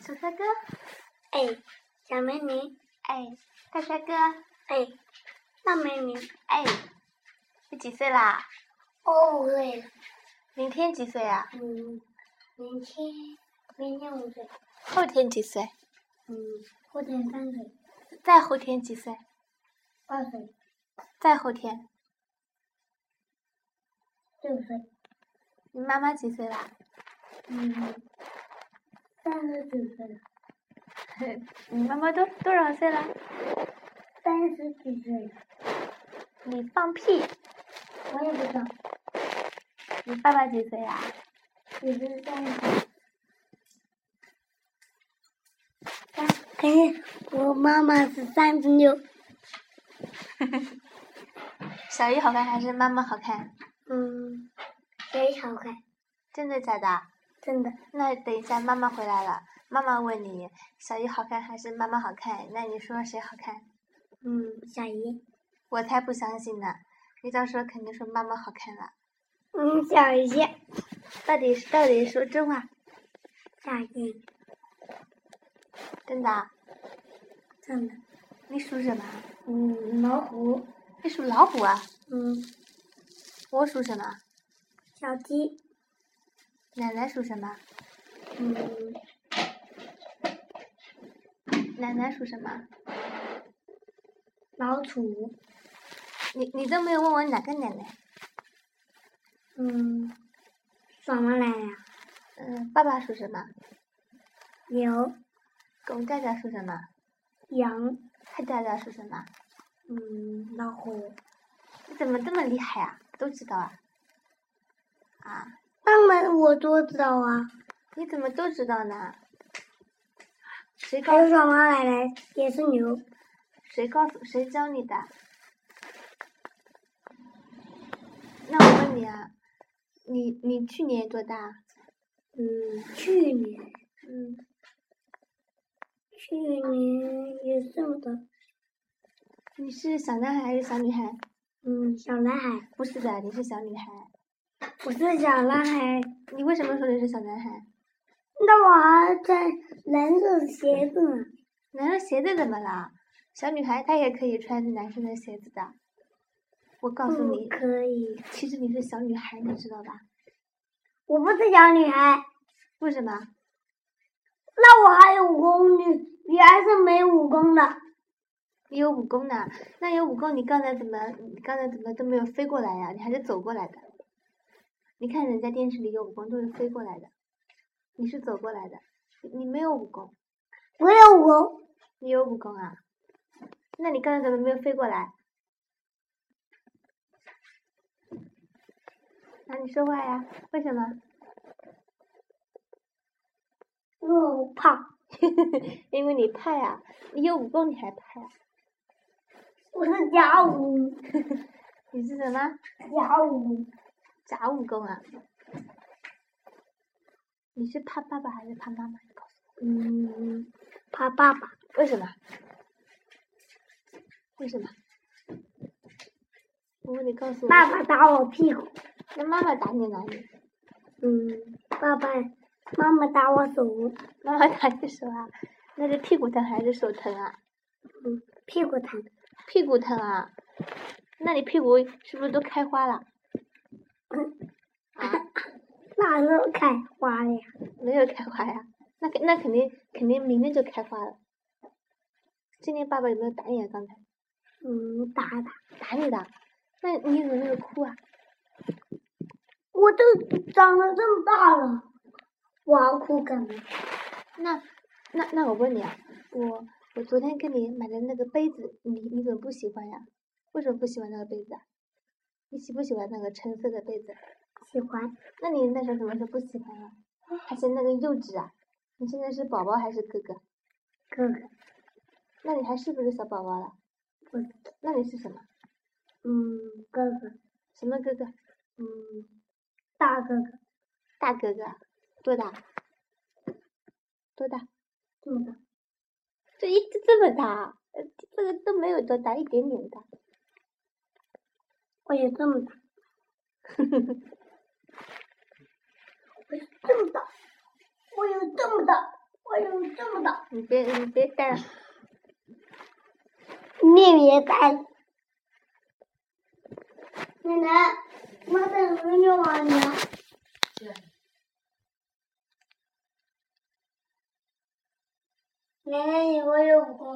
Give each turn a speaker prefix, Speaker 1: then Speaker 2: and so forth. Speaker 1: 小帅哥，
Speaker 2: 哎，小美女，
Speaker 1: 哎，大帅哥，
Speaker 2: 哎，大美女，
Speaker 1: 哎，你几岁啦？
Speaker 2: 哦对了，
Speaker 1: 明天几岁啊？
Speaker 2: 嗯，明天，明天五岁，
Speaker 1: 后天几岁？
Speaker 2: 嗯，后天三岁，
Speaker 1: 再后天几岁？
Speaker 2: 二岁，
Speaker 1: 再后天？
Speaker 2: 六岁，
Speaker 1: 你妈妈几岁啦？
Speaker 2: 嗯，三十九岁了，
Speaker 1: 你妈妈多多少岁啦？
Speaker 2: 三十几岁了，
Speaker 1: 你放屁！
Speaker 2: 我也不知道，
Speaker 1: 你爸爸几岁啊呀、
Speaker 2: 只是三十。三，可是哎我妈妈是三十六，
Speaker 1: 小姨好看还是妈妈好看？
Speaker 2: 嗯，谁好看？
Speaker 1: 真的假的？
Speaker 2: 真的，
Speaker 1: 那等一下妈妈回来了，妈妈问你，小姨好看还是妈妈好看？那你说谁好看？
Speaker 2: 嗯，小姨，
Speaker 1: 我才不相信呢！你到时候肯定说妈妈好看了。
Speaker 2: 嗯，小姨，
Speaker 1: 到底是到底说啊真话？
Speaker 2: 小姨，
Speaker 1: 真的啊？
Speaker 2: 真的，
Speaker 1: 你属什么啊？
Speaker 2: 嗯，老虎，
Speaker 1: 你属老虎啊？
Speaker 2: 嗯，
Speaker 1: 我属什么？
Speaker 2: 小鸡，
Speaker 1: 奶奶属什么？
Speaker 2: 嗯，
Speaker 1: 奶奶属什么？
Speaker 2: 老鼠，
Speaker 1: 你你都没有问我哪个奶奶？
Speaker 2: 嗯，什么来呀、
Speaker 1: 嗯，爸爸属什么？
Speaker 2: 牛，
Speaker 1: 狗大大属什么？
Speaker 2: 羊，
Speaker 1: 黑大大属什么？
Speaker 2: 嗯，老虎。
Speaker 1: 你怎么这么厉害啊？都知道啊？啊，
Speaker 2: 那么我多知道啊，
Speaker 1: 你怎么都知道呢？谁告
Speaker 2: 还有什么奶奶也是牛，
Speaker 1: 谁告诉谁教你的？那我问你啊，你你去年多大？
Speaker 2: 嗯，去年，
Speaker 1: 嗯，
Speaker 2: 去年也是的，
Speaker 1: 你是小男孩还是小女孩？
Speaker 2: 嗯，小男孩，
Speaker 1: 不是的，你是小女孩。
Speaker 2: 不是小男孩，
Speaker 1: 你为什么说你是小男孩？
Speaker 2: 那我还在人是鞋子呢。
Speaker 1: 男人鞋子怎么了？小女孩她也可以穿男生的鞋子的。我告诉
Speaker 2: 不
Speaker 1: 你，
Speaker 2: 嗯可以，
Speaker 1: 其实你是小女孩，你知道吧？
Speaker 2: 我不是小女孩，
Speaker 1: 为什么？
Speaker 2: 那我还有武功，你你还是没武功的。
Speaker 1: 你有武功呢？那有武功，你刚才怎么，你刚才怎么都没有飞过来呀、你还是走过来的。你看人家电视里有武功都是飞过来的，你是走过来的，你你没有武功，
Speaker 2: 我有武功，
Speaker 1: 你有武功啊？那你刚才怎么没有飞过来？啊，你说话呀？为什么？
Speaker 2: 因为我嗯胖，
Speaker 1: 因为你啊怕呀，你有武功你还啊怕呀？
Speaker 2: 我是假武，
Speaker 1: 你是什么？
Speaker 2: 假武，
Speaker 1: 假武功啊？你是怕爸爸还是怕妈妈？你告诉
Speaker 2: 嗯，怕爸爸，
Speaker 1: 我。为什么？为什么？我问你，告诉我。
Speaker 2: 爸爸打我屁股，
Speaker 1: 那妈妈打你哪里？
Speaker 2: 嗯，爸爸妈妈打我手，
Speaker 1: 妈妈打你手啊？那是屁股疼还是手疼啊？
Speaker 2: 嗯，屁股疼，
Speaker 1: 屁股疼啊？那你屁股是不是都开花了？ 啊，
Speaker 2: 哪能开花呀？
Speaker 1: 没有开花呀？那肯那肯定肯定明天就开花了。今天爸爸有没有打你啊？刚才
Speaker 2: 嗯，打打，
Speaker 1: 打你的？那你怎么没有哭啊？
Speaker 2: 我都长得这么大了，我还哭干嘛？
Speaker 1: 那那那我问你啊，我我昨天给你买的那个杯子，你你怎么不喜欢呀？为什么不喜欢那个杯子啊？你喜不喜欢那个橙色的杯子？
Speaker 2: 喜欢，
Speaker 1: 那你那时候怎么说不喜欢呀？而且那个幼稚啊！你现在是宝宝还是哥哥？
Speaker 2: 哥哥，
Speaker 1: 那你还是不是小宝宝了？
Speaker 2: 我，
Speaker 1: 那你是什么？
Speaker 2: 嗯，哥哥，
Speaker 1: 什么哥哥？
Speaker 2: 嗯，大哥哥，
Speaker 1: 大哥哥，多大？多大？
Speaker 2: 这么大，
Speaker 1: 这一这这么大，呃这个都没有多大，一点点大。
Speaker 2: 我也这么 大，我有这么大，我有这么大，我有这这么大，
Speaker 1: 你别你别呆了，
Speaker 2: 你也呆了。奶奶，我等很久了你。奶奶，你会有武功？